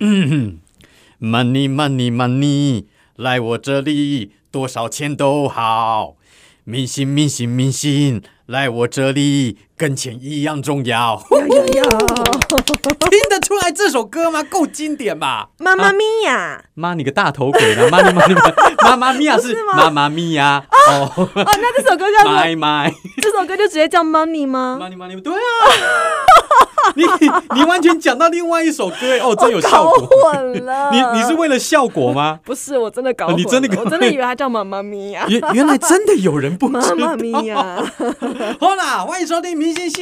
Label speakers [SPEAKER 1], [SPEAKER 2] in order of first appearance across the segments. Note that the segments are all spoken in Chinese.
[SPEAKER 1] 嗯，money money money，来我这里，多少钱都好。明星明星明星，来我这里，跟钱一样重要。
[SPEAKER 2] 有有有，
[SPEAKER 1] 听得出来这首歌吗？够经典吧？
[SPEAKER 2] 妈妈咪呀！
[SPEAKER 1] 妈，你个大头鬼啦！ 妈你妈你妈，妈妈咪呀是妈妈咪呀哦，
[SPEAKER 2] 哦，那这首歌叫什么？
[SPEAKER 1] 买买
[SPEAKER 2] 这首歌就直接叫 Money 吗？
[SPEAKER 1] 妈你妈你对啊， 你你完全讲到另外一首歌哎哦，真有效
[SPEAKER 2] 搞
[SPEAKER 1] 果。
[SPEAKER 2] 混了。
[SPEAKER 1] 你你是为了效果吗？
[SPEAKER 2] 不是我真的搞
[SPEAKER 1] 哦
[SPEAKER 2] 混了？
[SPEAKER 1] 你真的搞混
[SPEAKER 2] 我真的以为它叫妈妈咪呀！
[SPEAKER 1] 原原来真的有人不
[SPEAKER 2] 妈
[SPEAKER 1] 知
[SPEAKER 2] 妈
[SPEAKER 1] 道。
[SPEAKER 2] 咪 呀！
[SPEAKER 1] 好啦，欢迎收听《明星秀》，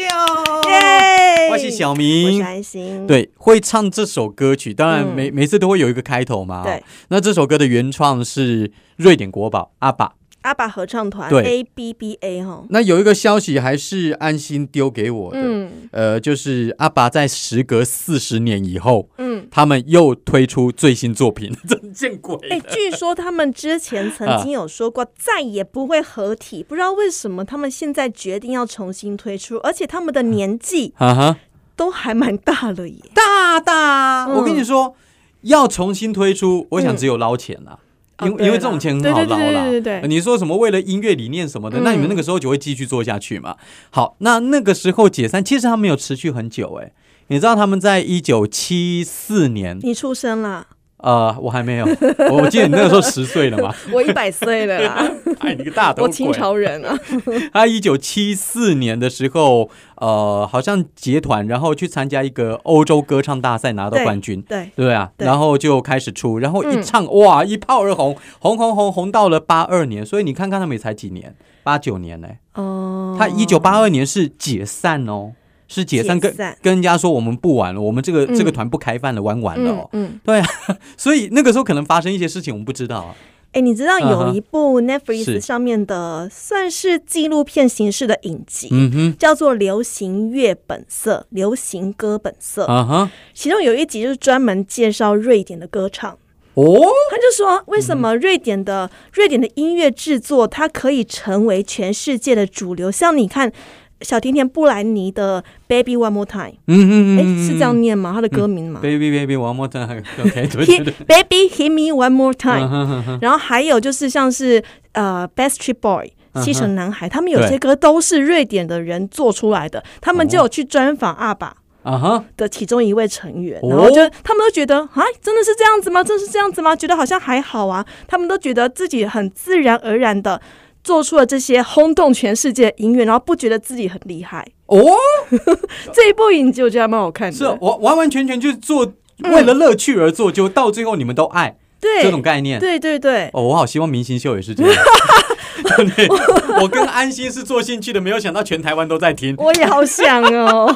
[SPEAKER 2] 耶！
[SPEAKER 1] 我是小
[SPEAKER 2] 哦我是
[SPEAKER 1] 明。
[SPEAKER 2] 安心。
[SPEAKER 1] 对，会唱这首歌曲，当然
[SPEAKER 2] 嗯
[SPEAKER 1] 每、每次都会有一个开头嘛。
[SPEAKER 2] 对，
[SPEAKER 1] 那这首歌的原创是瑞典国宝阿爸。
[SPEAKER 2] 阿爸合唱团
[SPEAKER 1] 对
[SPEAKER 2] A B B A 哈。
[SPEAKER 1] 那有一个消息还是安心丢给我的，
[SPEAKER 2] 嗯
[SPEAKER 1] 呃，就是阿爸在时隔四十年以后，
[SPEAKER 2] 嗯。
[SPEAKER 1] 他们又推出最新作品， 真见鬼！
[SPEAKER 2] 哎、据说他们之前
[SPEAKER 1] 啊
[SPEAKER 2] 曾经有说过再也不会合体，不知道为什么他们现在决定要重新推出，而且他们的年纪
[SPEAKER 1] 啊哈，
[SPEAKER 2] 都还蛮大了耶。
[SPEAKER 1] 大大，
[SPEAKER 2] 嗯
[SPEAKER 1] 我跟你说，要重新推出，我想只有捞钱啦。
[SPEAKER 2] 嗯
[SPEAKER 1] 因
[SPEAKER 2] 哦
[SPEAKER 1] 为
[SPEAKER 2] 对
[SPEAKER 1] 因为这种钱很好捞
[SPEAKER 2] 啦对
[SPEAKER 1] 啦
[SPEAKER 2] 对对对对，对
[SPEAKER 1] 你说什么为了音乐理念什么的，
[SPEAKER 2] 嗯
[SPEAKER 1] 那你们那个时候就会继续做下去嘛。好，那那个时候解散，其实他们有持续很久哎、你知道他们在一九七四年，
[SPEAKER 2] 你出生啦，
[SPEAKER 1] 呃，我还没有，我我记得你那个时候十岁了嘛，
[SPEAKER 2] 我一百岁了啦，
[SPEAKER 1] 哎，你个大头
[SPEAKER 2] 我
[SPEAKER 1] 鬼！
[SPEAKER 2] 清朝人啊。
[SPEAKER 1] 他一九七四年的时候，呃，好像结团，然后去参加一个欧洲歌唱大赛，拿到
[SPEAKER 2] 对
[SPEAKER 1] 冠军。
[SPEAKER 2] 对，
[SPEAKER 1] 对啊，
[SPEAKER 2] 对
[SPEAKER 1] 然后就开始出，然后一
[SPEAKER 2] 嗯
[SPEAKER 1] 唱、哇，一炮而红，红红红红到了八二年，所以你看看他们也才几年，八九年呢、
[SPEAKER 2] 哦、
[SPEAKER 1] 他一九八二年是解散哦，是解散，
[SPEAKER 2] 解
[SPEAKER 1] 跟
[SPEAKER 2] 散
[SPEAKER 1] 跟人家说我们不玩了，我们这个、
[SPEAKER 2] 嗯
[SPEAKER 1] 这个团不开饭了，玩完了
[SPEAKER 2] 嗯
[SPEAKER 1] 哦。
[SPEAKER 2] 嗯，
[SPEAKER 1] 所以那个时候可能发生一些事情，我们不知道啊。
[SPEAKER 2] 哎、你知道有一部 Netflix
[SPEAKER 1] 嗯是
[SPEAKER 2] 上面的算是纪录片形式的影集，
[SPEAKER 1] 嗯哼，
[SPEAKER 2] 叫做《流行乐本色》《流行歌本色》
[SPEAKER 1] 啊哈，
[SPEAKER 2] 其中有一集就是专门介绍瑞典的歌唱。
[SPEAKER 1] 哦，
[SPEAKER 2] 他就说，为什
[SPEAKER 1] 嗯
[SPEAKER 2] 么瑞典的、瑞典的音乐制作，它可以成为全世界的主流？像你看，小甜甜布兰妮的《Baby One More Time
[SPEAKER 1] 嗯》，
[SPEAKER 2] 哎、
[SPEAKER 1] 嗯嗯，
[SPEAKER 2] 是这样念吗？它的歌名吗、
[SPEAKER 1] Baby Baby One More Time，OK，对
[SPEAKER 2] Hit-
[SPEAKER 1] 对对，
[SPEAKER 2] Baby Hit Me One More Time，、
[SPEAKER 1] 嗯哼哼哼
[SPEAKER 2] 然后还有就是像是呃 Best Tree Boy。
[SPEAKER 1] 嗯哼
[SPEAKER 2] 西城男孩，他们有
[SPEAKER 1] 对
[SPEAKER 2] 些歌都是瑞典的人做出来的，他们就有去专访阿爸
[SPEAKER 1] 啊哈，
[SPEAKER 2] 的其中一位成员，
[SPEAKER 1] 哦
[SPEAKER 2] 然后就他们都觉得啊，真的是这样子吗？真的是这样子吗？觉得好像还好啊，他们都觉得自己很自然而然的做出了这些轰动全世界的音乐，然后不觉得自己很厉害。
[SPEAKER 1] 哦，
[SPEAKER 2] 这一部影集我觉得还蛮好看的，
[SPEAKER 1] 是哦我完完全全就是做为了乐趣而做，就到最后你们都爱
[SPEAKER 2] 对
[SPEAKER 1] 这种概念。
[SPEAKER 2] 对对对，
[SPEAKER 1] 哦，我好希望明星秀也是这 样。对，我跟安心是做兴趣的，没有想到全台湾都在听，
[SPEAKER 2] 我也好想 哦，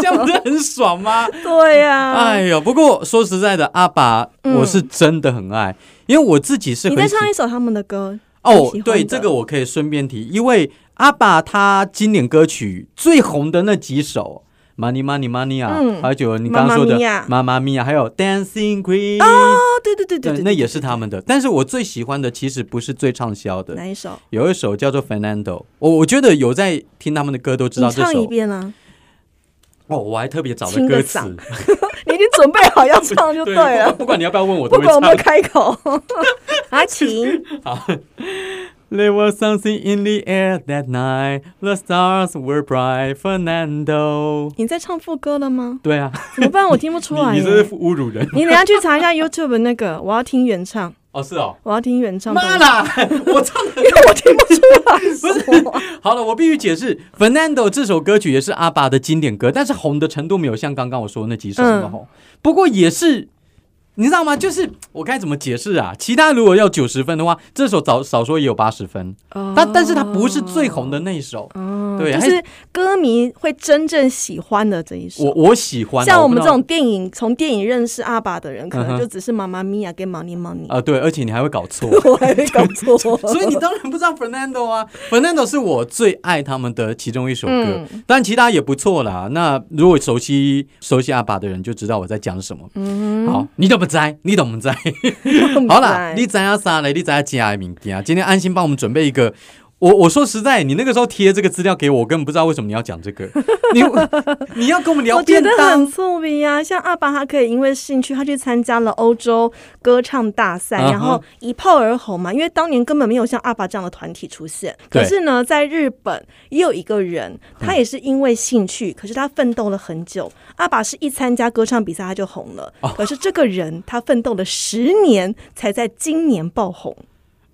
[SPEAKER 1] 这样不是很爽 吗？
[SPEAKER 2] 对呀、
[SPEAKER 1] 哎呦，不过说实在的，阿爸，
[SPEAKER 2] 嗯
[SPEAKER 1] 我是真的很爱，因为我自己是
[SPEAKER 2] 你
[SPEAKER 1] 很
[SPEAKER 2] 再
[SPEAKER 1] 喜
[SPEAKER 2] 唱一首他们的歌你
[SPEAKER 1] 哦
[SPEAKER 2] 喜欢，
[SPEAKER 1] 对，
[SPEAKER 2] 的
[SPEAKER 1] 这个我可以顺便提，因为阿爸他经典歌曲最红的那几首。Money Money Money 啊，
[SPEAKER 2] 嗯
[SPEAKER 1] 还有你刚刚说的
[SPEAKER 2] 妈妈咪呀
[SPEAKER 1] 《妈妈咪啊呀》，还有《Dancing Queen》，
[SPEAKER 2] 哦，对对对对
[SPEAKER 1] 对，
[SPEAKER 2] 对，
[SPEAKER 1] 那也是他们的。但是我最喜欢的其实不是最畅销的，
[SPEAKER 2] 哪一首？
[SPEAKER 1] 有一首叫做《Fernando》，我我觉得有在听他们的歌都知
[SPEAKER 2] 你
[SPEAKER 1] 道这
[SPEAKER 2] 唱一
[SPEAKER 1] 首。
[SPEAKER 2] 遍啊！
[SPEAKER 1] 哦，我还特别找了
[SPEAKER 2] 清个
[SPEAKER 1] 歌词，
[SPEAKER 2] 嗓你已经准备好要唱就对
[SPEAKER 1] 不管
[SPEAKER 2] 了，
[SPEAKER 1] 不管你要不要问我，
[SPEAKER 2] 不
[SPEAKER 1] 都会
[SPEAKER 2] 管我
[SPEAKER 1] 唱。
[SPEAKER 2] 们开 口。阿琴，
[SPEAKER 1] There was something in the air that night. The stars were bright. Fernando。
[SPEAKER 2] 你在唱副歌了吗？
[SPEAKER 1] 对啊，
[SPEAKER 2] 怎么办？我听不出
[SPEAKER 1] 你
[SPEAKER 2] 来
[SPEAKER 1] 你
[SPEAKER 2] 耶。
[SPEAKER 1] 这是侮辱人。
[SPEAKER 2] 你等一下去查一下 YouTube 那个，我要听原唱，
[SPEAKER 1] 哦，是哦。
[SPEAKER 2] 我要听原唱。
[SPEAKER 1] 妈啦！ 我唱的
[SPEAKER 2] 因为我听不出来什 么。
[SPEAKER 1] 好了，我必须解释，《Fernando》这首歌曲也是阿爸的经典歌，但是红的程度没有像刚刚我说的那几首那么
[SPEAKER 2] 嗯
[SPEAKER 1] 红。不过也是，你知道吗？就是我该怎么解释啊？其他如果要九十分的话，这首早少说也有八十分。
[SPEAKER 2] 哦
[SPEAKER 1] 它但是它不是最红的那一首，
[SPEAKER 2] 哦
[SPEAKER 1] 对
[SPEAKER 2] 就
[SPEAKER 1] 还
[SPEAKER 2] 是歌迷会真正喜欢的这一首。
[SPEAKER 1] 我我喜欢啊。
[SPEAKER 2] 像我们
[SPEAKER 1] 不
[SPEAKER 2] 这
[SPEAKER 1] 知道
[SPEAKER 2] 种电影从电影认识阿爸的人，可
[SPEAKER 1] 嗯
[SPEAKER 2] 能
[SPEAKER 1] 哼
[SPEAKER 2] 就只是妈妈咪呀跟 Money Money。
[SPEAKER 1] 啊、对，而且你还会搞错。
[SPEAKER 2] 我还没搞 错，
[SPEAKER 1] 所以你当然不知道 Fernando 啊，Fernando 是我最爱他们的其中一首歌，
[SPEAKER 2] 嗯
[SPEAKER 1] 但其他也不错啦。那如果熟悉熟悉阿爸的人就知道我在讲什么。
[SPEAKER 2] 嗯
[SPEAKER 1] 好，你懂不在？你懂不 在？好啦，你知道啥嘞？你知道家的物件？今天安心帮我们准备一个。我我说实在，你那个时候贴这个资料给我，我根本不知道为什么你要讲这 个。你你要跟我们聊
[SPEAKER 2] 我觉
[SPEAKER 1] 便
[SPEAKER 2] 得
[SPEAKER 1] 当
[SPEAKER 2] 很，聪明啊！像阿爸，他可以因为兴趣，他去参加了欧洲歌唱大赛，
[SPEAKER 1] 嗯哼
[SPEAKER 2] 然后一炮而红嘛。因为当年根本没有像阿爸这样的团体出现。
[SPEAKER 1] 对
[SPEAKER 2] 可是呢，在日本也有一个人，他也是因为兴趣，可是他奋斗了很久。阿爸是一参加歌唱比赛他就红了，
[SPEAKER 1] 哦
[SPEAKER 2] 可是这个人他奋斗了十年，才在今年爆红。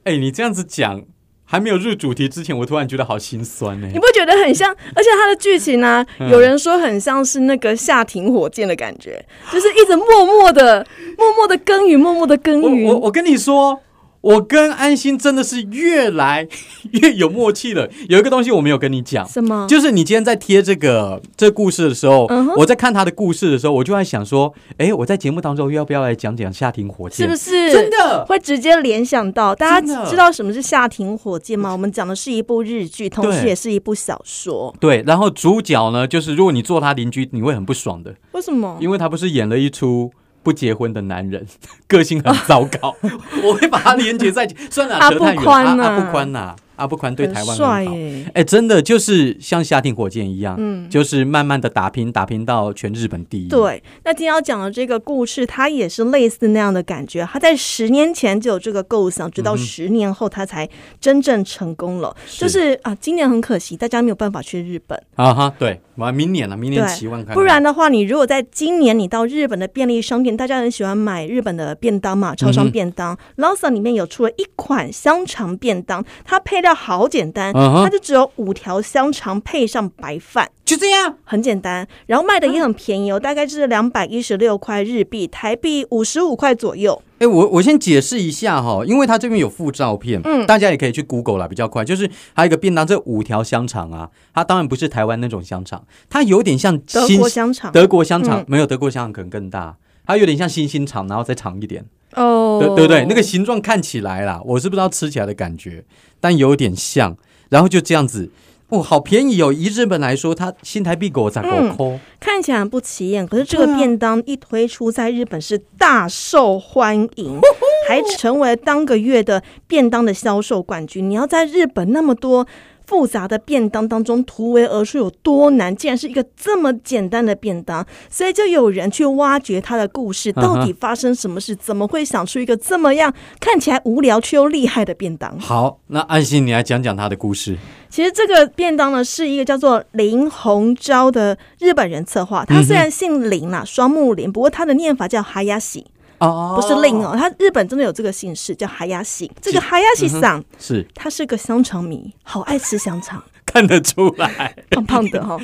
[SPEAKER 1] 哎、你这样子讲，还没有入主题之前，我突然觉得好心酸呢、
[SPEAKER 2] 你不觉得很像？而且它的剧情呢、
[SPEAKER 1] 嗯
[SPEAKER 2] 有人说很像是那个夏庭火箭的感觉，就是一直默默的、默默的耕耘，默默的耕
[SPEAKER 1] 我我
[SPEAKER 2] 耘。
[SPEAKER 1] 我跟你说，我跟安心真的是越来 越有默契了。有一个东西我没有跟你讲，
[SPEAKER 2] 什么？
[SPEAKER 1] 就是你今天在贴这个这故事的时候，
[SPEAKER 2] 嗯嗯哼
[SPEAKER 1] 我在看他的故事的时候，我就在想说，哎，我在节目当中要不要来讲讲夏庭火
[SPEAKER 2] 是
[SPEAKER 1] 箭？
[SPEAKER 2] 不
[SPEAKER 1] 是
[SPEAKER 2] 是
[SPEAKER 1] 真的？
[SPEAKER 2] 会直接联想到？大
[SPEAKER 1] 真
[SPEAKER 2] 家
[SPEAKER 1] 的
[SPEAKER 2] 知道什么是夏庭火箭吗？我们讲的是一部日剧，同时
[SPEAKER 1] 对
[SPEAKER 2] 也是一部小说。
[SPEAKER 1] 对，然后主角呢，就是如果你做他邻居，你会很不爽的，
[SPEAKER 2] 为什么？
[SPEAKER 1] 因为他不是演了一出。不结婚的男人， 个性很糟 糕。我会把他连接在一起。算了，
[SPEAKER 2] 阿
[SPEAKER 1] 扯太远
[SPEAKER 2] 不宽
[SPEAKER 1] 了
[SPEAKER 2] 呐
[SPEAKER 1] 阿阿不宽呐、阿不宽对台湾很
[SPEAKER 2] 很
[SPEAKER 1] 好。
[SPEAKER 2] 帅耶！
[SPEAKER 1] 哎、真的就是像夏庭火箭一样，
[SPEAKER 2] 嗯
[SPEAKER 1] 就是慢慢的打拼，打拼到全日本第一。，
[SPEAKER 2] 对，那今天要讲的这个故事，它也是类似那样的感觉。他在十年前就有这个构想，直到
[SPEAKER 1] 嗯
[SPEAKER 2] 十年后他才真正成功了。就是啊，今年很可惜，大家没有办法去日本。
[SPEAKER 1] 啊哈，对，完明年了，明年
[SPEAKER 2] 对
[SPEAKER 1] 期望看看。
[SPEAKER 2] 不然的话，你如果在今年你到日本的便利商店，大家很喜欢买日本的便当嘛，超
[SPEAKER 1] 嗯
[SPEAKER 2] 商便当、Lawson 里面有出了一款香肠便当，它配料好简单，
[SPEAKER 1] 嗯哼
[SPEAKER 2] 它就只有五条香肠配上白饭。
[SPEAKER 1] 就这样，
[SPEAKER 2] 很简单，然后卖的也很便
[SPEAKER 1] 嗯
[SPEAKER 2] 宜哦，大概是两百一十六块日币，台币五十五块左右。
[SPEAKER 1] 哎、我我先解释一下哈，因为他这边有附照片，嗯，大家也可以去 Google 啦，比较快。就是还有一个便当，这五条香肠啊，它当然不是台湾那种香肠，它有点像
[SPEAKER 2] 德
[SPEAKER 1] 新
[SPEAKER 2] 国香肠
[SPEAKER 1] 德国香肠、
[SPEAKER 2] 嗯
[SPEAKER 1] 没有德国香肠可能更大，它有点像星星肠，然后再长一点，
[SPEAKER 2] 哦
[SPEAKER 1] 对对不对？那个形状看起来啦，我是不知道吃起来的感觉，但有点像，然后就这样子。哦，好便宜哦！以日本来说，它新台币狗咋
[SPEAKER 2] 嗯
[SPEAKER 1] 狗抠？
[SPEAKER 2] 看起来很不起眼，可是这个
[SPEAKER 1] 对啊
[SPEAKER 2] 便当一推出，在日本是大受欢 迎，还成为当个月的便当的销售冠军。你要在日本那么多复杂的便当当中突围而出有多难？竟然是一个这么简单的便当，所以就有人去挖掘它的故事，
[SPEAKER 1] 嗯哼
[SPEAKER 2] 到底发生什么事？怎么会想出一个这么样看起来无聊却又厉害的便当？
[SPEAKER 1] 好，那安心，你来讲讲他的故事。
[SPEAKER 2] 其实这个便当呢，是一个叫做林鸿昭的日本人策
[SPEAKER 1] 嗯
[SPEAKER 2] 划。他虽然姓林啦、双木林，不过他的念法叫哈亚喜，
[SPEAKER 1] 哦，
[SPEAKER 2] 不是令哦。他日本真的有这个姓氏叫哈亚喜。这个哈亚喜桑，
[SPEAKER 1] 是
[SPEAKER 2] 他是个香肠迷，好爱吃 香肠，
[SPEAKER 1] 看得出来。
[SPEAKER 2] 胖胖的哈、哦，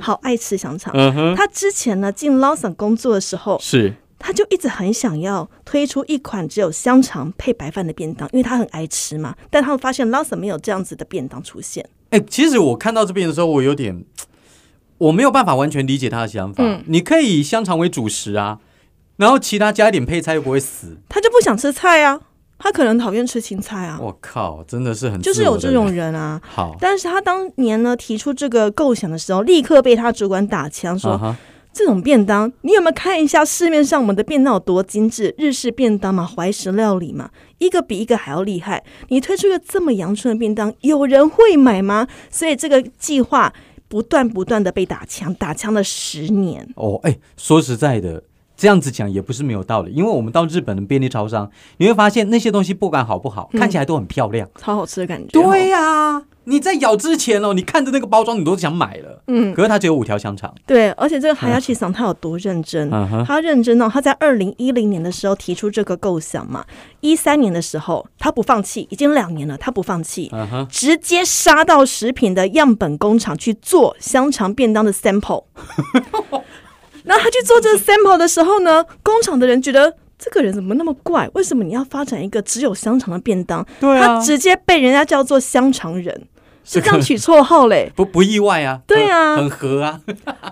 [SPEAKER 2] 好爱吃香肠。
[SPEAKER 1] 嗯哼，
[SPEAKER 2] 他之前呢进 Lawson 工作的时候，
[SPEAKER 1] 是
[SPEAKER 2] 他就一直很想要推出一款只有香肠配白饭的便当，因为他很爱吃嘛。但他们发现 Lawson 没有这样子的便当出现。
[SPEAKER 1] 哎、其实我看到这边的时候，我有点，我没有办法完全理解他的想法。
[SPEAKER 2] 嗯
[SPEAKER 1] 你可以以香肠为主食啊，然后其他加一点配菜又不会死。
[SPEAKER 2] 他就不想吃菜啊，他可能讨厌吃青菜啊，
[SPEAKER 1] 我靠，真的哦是很
[SPEAKER 2] 就是
[SPEAKER 1] 自我
[SPEAKER 2] 有
[SPEAKER 1] 的
[SPEAKER 2] 这
[SPEAKER 1] 人
[SPEAKER 2] 种人啊。
[SPEAKER 1] 好
[SPEAKER 2] 但是他当年呢提出这个构想的时候，立刻被他主管打枪说：“
[SPEAKER 1] 啊哈，
[SPEAKER 2] 这种便当，你有没有看一下市面上我们的便当有多精致？日式便当嘛，怀石料理嘛，一个比一个还要厉害。你推出一个这么阳春的便当，有人会买吗？所以这个计划不断不断的被打枪，打枪了十年。
[SPEAKER 1] 哦，哎、说实在的。这样子讲也不是没有道理，因为我们到日本的便利超商，你会发现那些东西不管好不好，
[SPEAKER 2] 嗯
[SPEAKER 1] 看起来都很漂亮。
[SPEAKER 2] 超好吃的感觉，
[SPEAKER 1] 对呀、你在咬之前哦，你看着那个包装，你都想买了。
[SPEAKER 2] 嗯，
[SPEAKER 1] 可是它只有五条香肠。
[SPEAKER 2] 对，而且这个海亚奇桑他有多认真？
[SPEAKER 1] 嗯哼
[SPEAKER 2] 他认真哦，他在二零一零年的时候提出这个构想嘛，一三年的时候他不放弃，已经两年了，他不放弃，
[SPEAKER 1] 嗯哼，
[SPEAKER 2] 直接杀到食品的样本工厂去做香肠便当的 sample。然后他去做这个 sample 的时候呢，工厂的人觉得。这个人怎么那么怪？为什么你要发展一个只有香肠的便当？
[SPEAKER 1] 对啊
[SPEAKER 2] 他直接被人家叫做香肠人，
[SPEAKER 1] 这
[SPEAKER 2] 是
[SPEAKER 1] 个
[SPEAKER 2] 这样 取绰号嘞。
[SPEAKER 1] 不不意外啊，
[SPEAKER 2] 对啊
[SPEAKER 1] 很很合啊，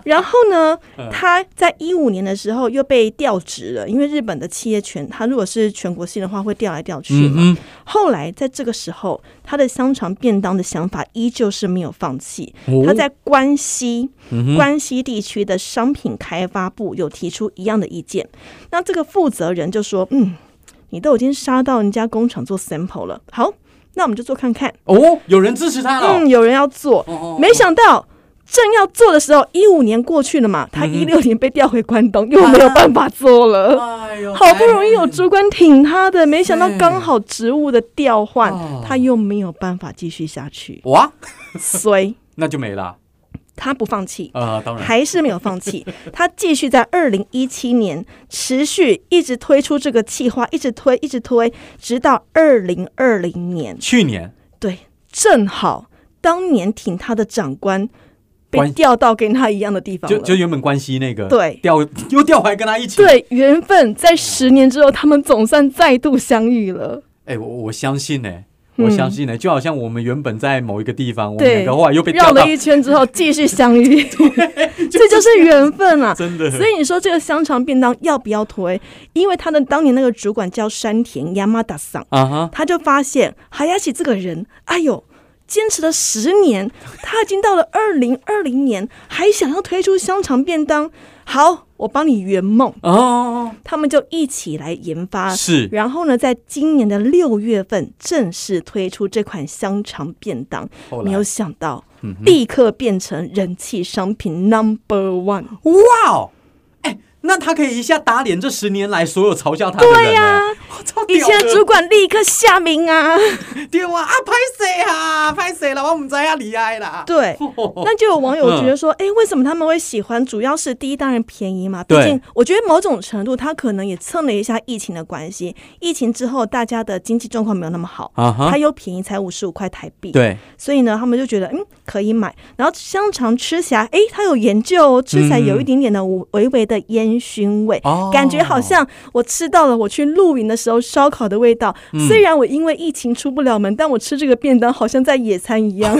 [SPEAKER 2] 然后呢，
[SPEAKER 1] 嗯
[SPEAKER 2] 他在一五年的时候又被调职了，因为日本的企业权，他如果是全国性的话，会调来调去嘛。
[SPEAKER 1] 嗯
[SPEAKER 2] 后来在这个时候，他的香肠便当的想法依旧是没有放弃。
[SPEAKER 1] 哦
[SPEAKER 2] 他在关西、
[SPEAKER 1] 嗯哼
[SPEAKER 2] 关西地区的商品开发部有提出一样的意见。那这个负责人就说：“嗯，你都已经杀到人家工厂做 sample 了，好，那我们就做看看。
[SPEAKER 1] 哦，有人支持他了哦。
[SPEAKER 2] 嗯，有人要做，
[SPEAKER 1] 哦哦
[SPEAKER 2] 没想到正要做的时候，一五年过去了嘛，他
[SPEAKER 1] 嗯
[SPEAKER 2] 一六年被调回关东，又没有办法做 了。
[SPEAKER 1] 哎呦
[SPEAKER 2] 好不容易有主管挺他的，没想到刚好职务的调换
[SPEAKER 1] 哎哦，，
[SPEAKER 2] 他又没有办法继续下去
[SPEAKER 1] 哇，
[SPEAKER 2] 所以
[SPEAKER 1] 那就没了
[SPEAKER 2] 他不 放弃。
[SPEAKER 1] 啊、当然，
[SPEAKER 2] 还是没有 放弃，他继续在二零一七年持续一直推出这个计划，一直推，一直推，直到二零二零年，
[SPEAKER 1] 去年
[SPEAKER 2] 对，正好当年挺他的长官被
[SPEAKER 1] 关
[SPEAKER 2] 调到跟他一样的地方
[SPEAKER 1] 就就
[SPEAKER 2] 了。
[SPEAKER 1] 原本关系那个
[SPEAKER 2] 对
[SPEAKER 1] 调又调回来跟他一起。，
[SPEAKER 2] 对，缘分在十年之后，他们总算再度相遇了。
[SPEAKER 1] 哎、我我相信呢、
[SPEAKER 2] 嗯
[SPEAKER 1] 我相信呢、就好像我们原本在某一个地方，我们
[SPEAKER 2] 对
[SPEAKER 1] 两个后来又被
[SPEAKER 2] 绕
[SPEAKER 1] 调到
[SPEAKER 2] 了，一圈之后继续相 遇， 这就是缘分啊！
[SPEAKER 1] 真的，
[SPEAKER 2] 所以你说这个香肠便当要不要推？因为他的当年那个主管叫山田 Yamada 桑，
[SPEAKER 1] 啊哈，
[SPEAKER 2] 他就发现海亚喜这个人，哎呦，坚持了十 年，他已经到了二零二零年，还想要推出香肠便当。好，我帮你圆梦。
[SPEAKER 1] 哦，
[SPEAKER 2] 他们就一起来研发，
[SPEAKER 1] 是
[SPEAKER 2] 然后呢，在今年的六月份正式推出这款香肠便当
[SPEAKER 1] 后。来嗯
[SPEAKER 2] 没有想到，立刻变成人气商品 Number One。
[SPEAKER 1] 哇哦，哎、那他可以一下打脸这十年来所有嘲笑他的人、欸。对 呀、超
[SPEAKER 2] 以
[SPEAKER 1] 屌
[SPEAKER 2] 前
[SPEAKER 1] 的
[SPEAKER 2] 的主管立刻下明 啊，
[SPEAKER 1] 对哇啊，拍谁啊，拍谁了？我们在要离开啦。
[SPEAKER 2] 对。
[SPEAKER 1] 哦，
[SPEAKER 2] 那就有网友觉得说，哎、为什么他们会喜欢？主要是第一，当然便宜嘛。毕
[SPEAKER 1] 对
[SPEAKER 2] 竟我觉得某种程度，他可能也蹭了一下疫情的关系。疫情之后，大家的经济状况没有那么好，
[SPEAKER 1] 啊哈
[SPEAKER 2] 它又便宜，才五十五块台币。
[SPEAKER 1] 对，
[SPEAKER 2] 所以呢，他们就觉得嗯可以买。然后香肠吃起来，诶，它有研究、哦，吃起来有一点点的微微的烟熏味，
[SPEAKER 1] 哦
[SPEAKER 2] 感觉好像我吃到了我去露营的时候烧烤的味道。
[SPEAKER 1] 嗯
[SPEAKER 2] 虽然我因为疫情出不了门，但我吃这个便当好像在野餐一样。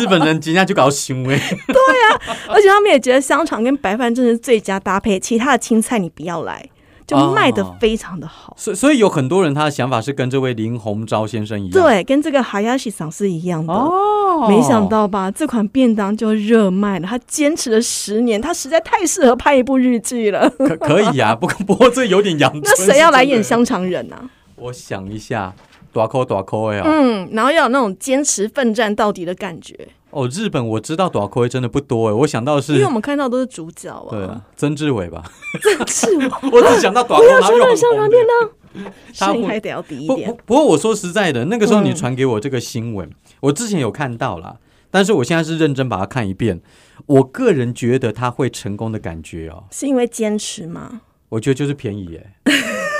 [SPEAKER 1] 日本人今天就搞行为，
[SPEAKER 2] 而且他们也觉得香肠跟白饭真是最佳搭配，其他的青菜你不要来，就
[SPEAKER 1] 哦
[SPEAKER 2] 卖的非常的好。
[SPEAKER 1] 所以所以有很多人他的想法是跟这位林鸿昭先生一样。
[SPEAKER 2] 对，跟这个 Hayashi 桑是一样的。
[SPEAKER 1] 哦
[SPEAKER 2] 没想到吧，这款便当就热卖了。他坚持了十年，他实在太适合拍一部日 剧了。
[SPEAKER 1] 可可以啊，不过不过这有点阳春。
[SPEAKER 2] 那谁要来演
[SPEAKER 1] 是真的？
[SPEAKER 2] 香肠人啊？
[SPEAKER 1] 我想一下，短扣短扣哎哦
[SPEAKER 2] 嗯，然后要有那种坚持奋战到底的感觉，
[SPEAKER 1] 哦，日本我知道短扣真的不多哎，我想到的
[SPEAKER 2] 因为
[SPEAKER 1] 是
[SPEAKER 2] 我们看到都是主角
[SPEAKER 1] 对
[SPEAKER 2] 啊。
[SPEAKER 1] 啊，曾志伟吧，
[SPEAKER 2] 是我
[SPEAKER 1] 我只想到短扣，
[SPEAKER 2] 不要
[SPEAKER 1] 然后
[SPEAKER 2] 说
[SPEAKER 1] 又
[SPEAKER 2] 那
[SPEAKER 1] 很
[SPEAKER 2] 香肠
[SPEAKER 1] 红
[SPEAKER 2] 便
[SPEAKER 1] 的。
[SPEAKER 2] 当，
[SPEAKER 1] 他
[SPEAKER 2] 声音
[SPEAKER 1] 会
[SPEAKER 2] 还得要低一
[SPEAKER 1] 不不
[SPEAKER 2] 点。
[SPEAKER 1] 不过我说实在的，那个时候你
[SPEAKER 2] 嗯
[SPEAKER 1] 传给我这个新闻，我之前有看到啦，但是我现在是认真把它看一遍。我个人觉得他会成功的感觉哦，
[SPEAKER 2] 是因为坚持吗？
[SPEAKER 1] 我觉得就是便宜哎、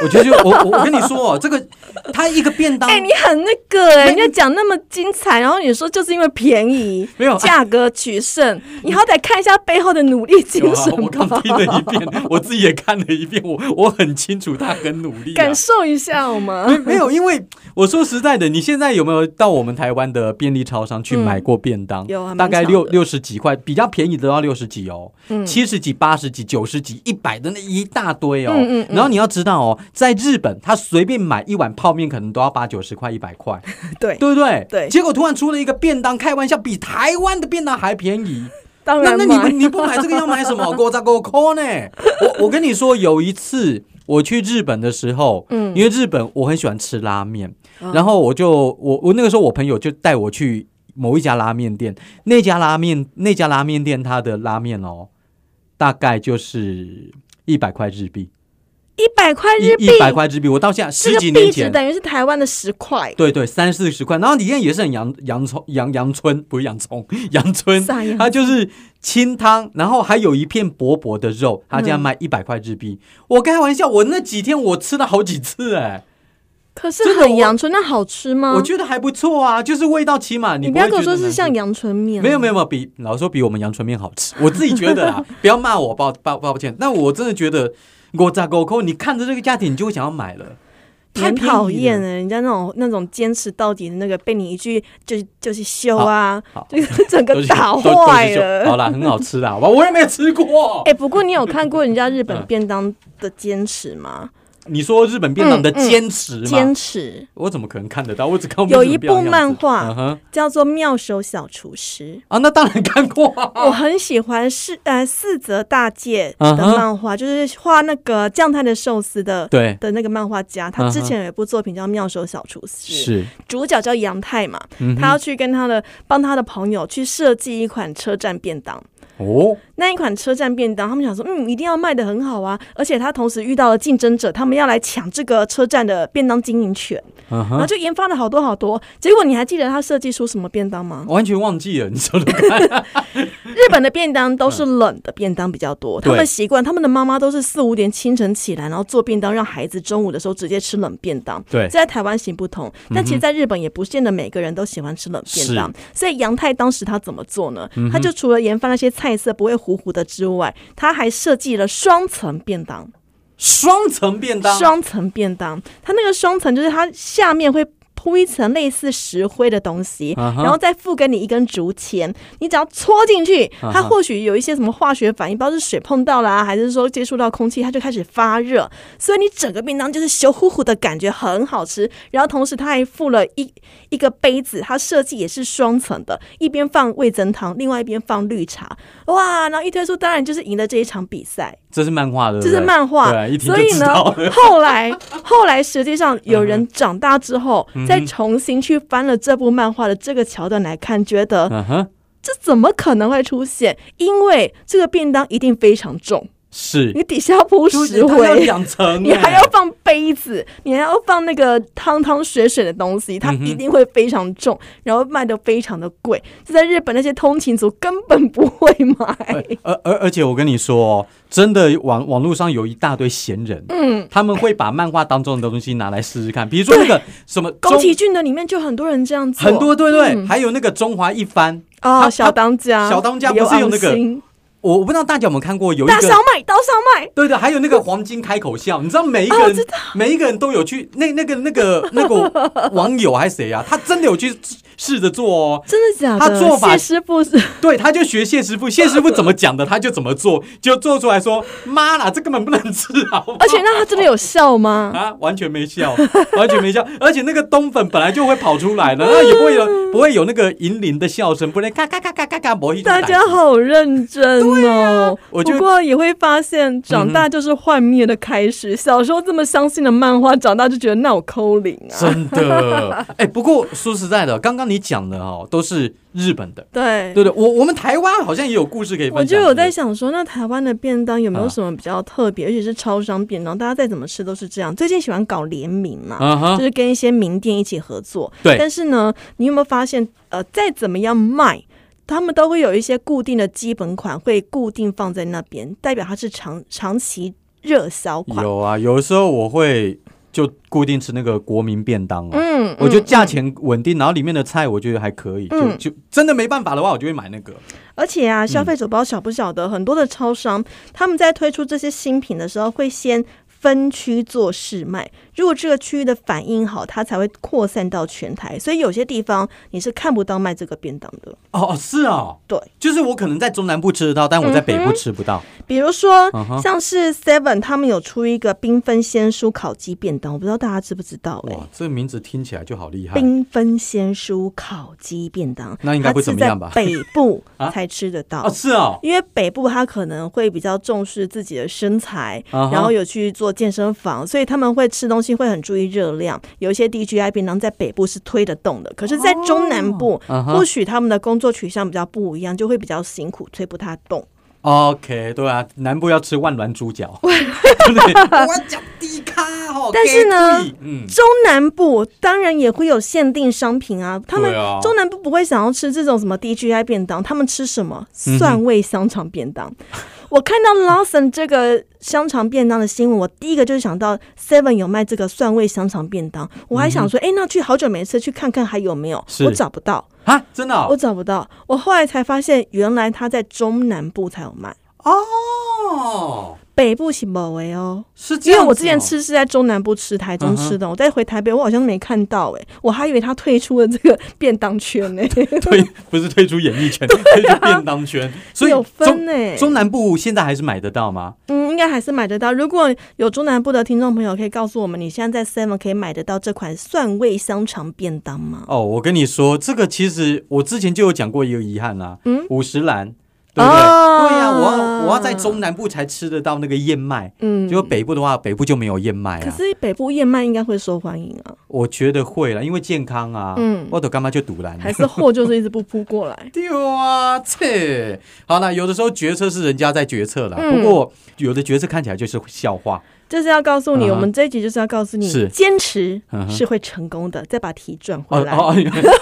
[SPEAKER 1] 我觉得就我我我跟你说哦，这个他一个便当
[SPEAKER 2] 哎、你很那个哎、人家讲那么精彩，然后你说就是因为便宜，
[SPEAKER 1] 没有
[SPEAKER 2] 价格 取胜，你好歹看一下背后的努力精
[SPEAKER 1] 有啊
[SPEAKER 2] 神，
[SPEAKER 1] 我
[SPEAKER 2] 吧
[SPEAKER 1] 刚，听了一 遍，我自己也看了一遍，我我很清楚他很努力、啊
[SPEAKER 2] 感。受一下好吗？
[SPEAKER 1] 没没有，因为我说实在的，你现在有没有到我们台湾的便利超商去买过便当？
[SPEAKER 2] 嗯有还蛮
[SPEAKER 1] 大概
[SPEAKER 2] 常
[SPEAKER 1] 六
[SPEAKER 2] 的嗯
[SPEAKER 1] 六十几块，比较便宜的要六十几哦，七十几、八十几、九十几、一百的那一大堆哦。
[SPEAKER 2] 嗯嗯嗯
[SPEAKER 1] 然后你要知道哦，在日本，他随便买一碗泡面可能都要八九十块、一百块，
[SPEAKER 2] 对，
[SPEAKER 1] 对不对？
[SPEAKER 2] 对
[SPEAKER 1] 结果突然出了一个便当，开玩笑，比台湾的便当还便宜。
[SPEAKER 2] 当
[SPEAKER 1] 那
[SPEAKER 2] 然
[SPEAKER 1] 那
[SPEAKER 2] 嘛，
[SPEAKER 1] 你们你不买这个要买什么？狗杂狗扣呢？ 我我跟你说，有一次我去日本的时候，
[SPEAKER 2] 嗯
[SPEAKER 1] 因为日本我很喜欢吃拉面，
[SPEAKER 2] 哦
[SPEAKER 1] 然后我就我我那个时候我朋友就带我去某一家拉面店，那家拉面那家拉面店它的拉面哦，大概就是一百块日币，
[SPEAKER 2] 一百块日
[SPEAKER 1] 一
[SPEAKER 2] 币，
[SPEAKER 1] 一百块日币，我到现在
[SPEAKER 2] 这
[SPEAKER 1] 十
[SPEAKER 2] 个
[SPEAKER 1] 几
[SPEAKER 2] 币
[SPEAKER 1] 年
[SPEAKER 2] 值
[SPEAKER 1] 前。
[SPEAKER 2] 等于是台湾的十块，
[SPEAKER 1] 对对，三四十块，然后里面也是很洋洋葱洋洋春，不是洋葱， 洋春，
[SPEAKER 2] 啥呀？
[SPEAKER 1] 它就是清汤，然后还有一片薄薄的肉，它这样卖一百块日币。我开玩笑，我那几天我吃了好几次、哎、
[SPEAKER 2] 可是
[SPEAKER 1] 真的
[SPEAKER 2] 很
[SPEAKER 1] 我
[SPEAKER 2] 阳春，那好吃吗？
[SPEAKER 1] 我觉得还不错啊，就是味道起码
[SPEAKER 2] 你
[SPEAKER 1] 不
[SPEAKER 2] 不
[SPEAKER 1] 会
[SPEAKER 2] 要跟我
[SPEAKER 1] 觉得
[SPEAKER 2] 说是
[SPEAKER 1] 难吃
[SPEAKER 2] 像阳春面，
[SPEAKER 1] 没有没有没有，比老实说比我们阳春面好吃，我自己觉得啊，不要骂我，抱抱抱歉，但我真的觉得我咋狗扣，你看着这个价钱，你就会想要买了，太
[SPEAKER 2] 很
[SPEAKER 1] 便宜
[SPEAKER 2] 讨厌
[SPEAKER 1] 了。
[SPEAKER 2] 了，人家那种那种坚持到底的那个，被你一句就就是修啊
[SPEAKER 1] 好好，
[SPEAKER 2] 就是整
[SPEAKER 1] 都
[SPEAKER 2] 个
[SPEAKER 1] 是
[SPEAKER 2] 打
[SPEAKER 1] 都都是
[SPEAKER 2] 坏
[SPEAKER 1] 秀好
[SPEAKER 2] 了。
[SPEAKER 1] 啦，很好吃啦，好吧，我也没有吃过。
[SPEAKER 2] 哎、不过你有看过人家日本
[SPEAKER 1] 嗯
[SPEAKER 2] 便当的坚持吗？
[SPEAKER 1] 你说日本便当的
[SPEAKER 2] 嗯嗯
[SPEAKER 1] 坚持嘛？
[SPEAKER 2] 坚持
[SPEAKER 1] 我怎么可能看得到？我只看过
[SPEAKER 2] 有一
[SPEAKER 1] 日本便当
[SPEAKER 2] 部
[SPEAKER 1] 的样
[SPEAKER 2] 漫
[SPEAKER 1] 子
[SPEAKER 2] 画
[SPEAKER 1] 嗯哼
[SPEAKER 2] 叫做《妙手小厨师》。
[SPEAKER 1] 啊，那当然看过、啊。
[SPEAKER 2] 我很喜欢是呃四泽大介的
[SPEAKER 1] 嗯哼
[SPEAKER 2] 漫画就是画那个酱太的寿司的
[SPEAKER 1] 对，嗯
[SPEAKER 2] 的那个漫画家，他之前有一部作品叫《妙手小厨师》，
[SPEAKER 1] 是，
[SPEAKER 2] 主角叫杨太嘛，
[SPEAKER 1] 嗯哼
[SPEAKER 2] 他要去跟他的帮他的朋友去设计一款车站便当。
[SPEAKER 1] 哦，
[SPEAKER 2] 那一款车站便当，他们想说，嗯，一定要卖的很好啊！而且他同时遇到了竞争者，他们要来抢这个车站的便当经营权，
[SPEAKER 1] 嗯
[SPEAKER 2] 然后
[SPEAKER 1] 哼，
[SPEAKER 2] 就研发了好多好多。结果你还记得他设计出什么便当吗？
[SPEAKER 1] 完全忘记了，你说的
[SPEAKER 2] 日本的便当都是冷的便当比较多，
[SPEAKER 1] 嗯对
[SPEAKER 2] 他们习惯，他们的妈妈都是四五点清晨起来，然后做便当，让孩子中午的时候直接吃冷便当。
[SPEAKER 1] 对嗯
[SPEAKER 2] 这在台湾行不通，但其实在日本也不见得每个人都喜欢吃冷便当。所以杨太当时他怎么做呢？
[SPEAKER 1] 嗯
[SPEAKER 2] 他就除了研发那些菜色不会糊糊的之外，他还设计了双层便当。
[SPEAKER 1] 双层便当，
[SPEAKER 2] 双层便当，它那个双层就是它下面会。铺一层类似石灰的东西
[SPEAKER 1] 啊哈
[SPEAKER 2] 然后再附给你一根竹签，你只要戳进去
[SPEAKER 1] 啊哈
[SPEAKER 2] 它或许有一些什么化学反应，不知道是水碰到啦、还是说接触到空气，它就开始发热。所以你整个便当就是咻呼呼的感觉，很好吃。然后同时它还附了一一个杯子，它设计也是双层的，一边放味增汤，另外一边放绿茶。哇，然后一推出，当然就是赢了这一场比赛。
[SPEAKER 1] 这是漫画的，对
[SPEAKER 2] 这是
[SPEAKER 1] 不对
[SPEAKER 2] 漫画
[SPEAKER 1] 对，啊一，听
[SPEAKER 2] 所
[SPEAKER 1] 就
[SPEAKER 2] 以
[SPEAKER 1] 知
[SPEAKER 2] 呢
[SPEAKER 1] 道了。， 嗯
[SPEAKER 2] 后来后来实际上有人长大之后，再重新去翻了这部漫画的这个桥段来看，觉得
[SPEAKER 1] 嗯哼，
[SPEAKER 2] 这怎么可能会出现？因为这个便当一定非常重，
[SPEAKER 1] 是，
[SPEAKER 2] 你底下要铺
[SPEAKER 1] 嗯就是
[SPEAKER 2] 石
[SPEAKER 1] 它要
[SPEAKER 2] 灰。
[SPEAKER 1] 两层，
[SPEAKER 2] 你还
[SPEAKER 1] 哎
[SPEAKER 2] 要放杯子，你还要放那个汤汤水水的东西，
[SPEAKER 1] 嗯
[SPEAKER 2] 它一定会非常重，然后卖的非常的贵。这在日本那些通勤族根本不会买。
[SPEAKER 1] 哎而而而且我跟你说、哦，真的网网络上有一大堆闲 人，嗯，他们会把漫画当中的东西拿来试试看，比如说那个什么
[SPEAKER 2] 宫
[SPEAKER 1] 中
[SPEAKER 2] 崎骏的里面就很多人这样做，
[SPEAKER 1] 很多对对，还有那个中华一番，
[SPEAKER 2] 哦，
[SPEAKER 1] 他
[SPEAKER 2] 小当家，
[SPEAKER 1] 小当家不
[SPEAKER 2] 刘
[SPEAKER 1] 是有那
[SPEAKER 2] 昂
[SPEAKER 1] 个
[SPEAKER 2] 星
[SPEAKER 1] 我我不知道大家有没有看过有一
[SPEAKER 2] 大
[SPEAKER 1] 个
[SPEAKER 2] 小。麦，大小麦，
[SPEAKER 1] 对的，还有那个黄金开口笑，你知道每一个
[SPEAKER 2] 哦我
[SPEAKER 1] 人、每一个人都有去那那个那个那 个网友还是谁啊？他真的有去试着做哦，
[SPEAKER 2] 真的假的？
[SPEAKER 1] 他做法
[SPEAKER 2] 谢师 傅是
[SPEAKER 1] 对，他就学谢师傅，谢师傅怎么讲的，他就怎么做，就做出来说：“妈啦，这根本不能吃好不好
[SPEAKER 2] 而且那他真的有 笑吗？
[SPEAKER 1] 啊，完全没笑，完全没笑，而且那个冬粉本来就会跑出
[SPEAKER 2] 嗯
[SPEAKER 1] 来的，那也不会有不会有那个银铃的笑声，不能咔咔咔咔咔咔，不会一直
[SPEAKER 2] 大
[SPEAKER 1] 打
[SPEAKER 2] 家好认真
[SPEAKER 1] 啊
[SPEAKER 2] 哦！
[SPEAKER 1] 我嗯觉得
[SPEAKER 2] 不过也会发现，长大就是幻灭的开始。小时候这么相信的漫画，长大就觉得那我抠零啊。
[SPEAKER 1] 真的，哎、不过说实在的，刚刚你讲的哦，都是日本的，
[SPEAKER 2] 对，
[SPEAKER 1] 对不对？我我们台湾好像也有故事可以分享。
[SPEAKER 2] 我就有在
[SPEAKER 1] 对不
[SPEAKER 2] 想说，那台湾的便当有没有
[SPEAKER 1] 啊
[SPEAKER 2] 什么比较特别，而且是超商便当，大家再怎么吃都是这样。最近喜欢搞联名嘛，
[SPEAKER 1] 对，嗯
[SPEAKER 2] 就
[SPEAKER 1] 哼，
[SPEAKER 2] 是跟一些名店一起合作。
[SPEAKER 1] 对
[SPEAKER 2] 但是呢，你有没有发现，呃，再怎么样卖，他们都会有一些固定的基本款，会固定放在那边，代表它是长长期热销款。
[SPEAKER 1] 有啊，有的时候我会就固定吃那个国民便当哦。
[SPEAKER 2] 嗯，
[SPEAKER 1] 我觉得
[SPEAKER 2] 嗯
[SPEAKER 1] 价钱稳定，然后里面的菜我觉得还可以，
[SPEAKER 2] 嗯
[SPEAKER 1] 就就真的没办法的话，我就会买那个。
[SPEAKER 2] 而且
[SPEAKER 1] 嗯
[SPEAKER 2] 啊，消费者不知道晓不晓得，很多的超商他们在推出这些新品的时候，会先分区做试卖。如果这个区域的反应好，它才会扩散到全台。所以有些地方你是看不到卖这个便当的。
[SPEAKER 1] 哦，哦是哦，
[SPEAKER 2] 对，
[SPEAKER 1] 就是我可能在中南部吃得到，但我在北
[SPEAKER 2] 嗯
[SPEAKER 1] 部吃不到。
[SPEAKER 2] 比如说
[SPEAKER 1] 嗯哼
[SPEAKER 2] 像是 Seven 他们有出一个缤纷鲜蔬烤鸡便当，我不知道大家知不知道哎、
[SPEAKER 1] 哇，这名字听起来就好厉害。
[SPEAKER 2] 缤纷鲜蔬烤鸡便当，
[SPEAKER 1] 那应该不怎么样吧
[SPEAKER 2] 它是在北部
[SPEAKER 1] 啊
[SPEAKER 2] 才吃得到。
[SPEAKER 1] 哦，是哦，
[SPEAKER 2] 因为北部他可能会比较重视自己的身材
[SPEAKER 1] 啊哈
[SPEAKER 2] 然后有去做健身房，所以他们会吃东西会很注意热量。有一些 DGI 便当在北部是推得动的，可是，在中南部
[SPEAKER 1] 啊哈
[SPEAKER 2] 或许他们的工作取向比较不一样，就会比较辛苦，推不太动。
[SPEAKER 1] OK，对啊，南部要吃万峦猪 脚，对不对？我讲低咖哦，
[SPEAKER 2] 但是呢
[SPEAKER 1] 给力，嗯，
[SPEAKER 2] 中南部当然也会有限定商品啊，他们
[SPEAKER 1] 对啊
[SPEAKER 2] 中南部不会想要吃这种什么 DGI 便当，他们吃什么
[SPEAKER 1] 嗯
[SPEAKER 2] 蒜味香肠便当。 我看到 Lawson 这个香肠便当的新闻，我第一个就是想到 Seven 有卖这个蒜味香肠便当，我还想说，哎、那去好久没吃，去看看还有没有
[SPEAKER 1] 嗯是？
[SPEAKER 2] 我找不到，
[SPEAKER 1] 啊，真的
[SPEAKER 2] 我
[SPEAKER 1] 哦，
[SPEAKER 2] 找不到。我后来才发现，原来他在中南部才有卖。
[SPEAKER 1] 哦
[SPEAKER 2] 北部是某为哦，
[SPEAKER 1] 是这
[SPEAKER 2] 因
[SPEAKER 1] 样子哦
[SPEAKER 2] 为
[SPEAKER 1] 嗯
[SPEAKER 2] 我之 前，吃是在中南部吃，台中吃的，我再回台北，我好像没看到哎、我还以为他退出了这个便当圈呢、欸
[SPEAKER 1] 退不是退出演艺 圈，退出便当圈，所以
[SPEAKER 2] 啊有分欸
[SPEAKER 1] 中
[SPEAKER 2] 呢、
[SPEAKER 1] 中南部现在还是买得到吗？
[SPEAKER 2] 嗯，应该还是买得到。如果有中南部的听众朋友，可以告诉我们，你现在在 Seven 可以买得到这款蒜味香肠便当吗？
[SPEAKER 1] 哦，我跟你说，这个其实我之前就有讲过一个遗憾啦、
[SPEAKER 2] 嗯
[SPEAKER 1] 五十岚。对不对？
[SPEAKER 2] 哦
[SPEAKER 1] 对呀、我要我要在中南部才吃得到那个燕麦，
[SPEAKER 2] 嗯，
[SPEAKER 1] 结果北部的话，北部就没有燕麦
[SPEAKER 2] 可
[SPEAKER 1] 啊。
[SPEAKER 2] 是北部燕麦应该会受欢迎 啊，
[SPEAKER 1] 我觉得会了，因为健康啊。
[SPEAKER 2] 嗯
[SPEAKER 1] 我都干嘛就堵拦？。
[SPEAKER 2] 还是货就是一直不扑过来
[SPEAKER 1] 丢啊！切，好啦，有的时候决策是人家在决策啦，
[SPEAKER 2] 嗯
[SPEAKER 1] 不过有的决策看起来就是笑话。
[SPEAKER 2] 就是要告诉你，
[SPEAKER 1] 嗯哼
[SPEAKER 2] 我们这一集就是要告诉
[SPEAKER 1] 是
[SPEAKER 2] 你，坚持
[SPEAKER 1] 嗯哼
[SPEAKER 2] 是会成功的。再把题转
[SPEAKER 1] 哦
[SPEAKER 2] 回来，
[SPEAKER 1] 哦，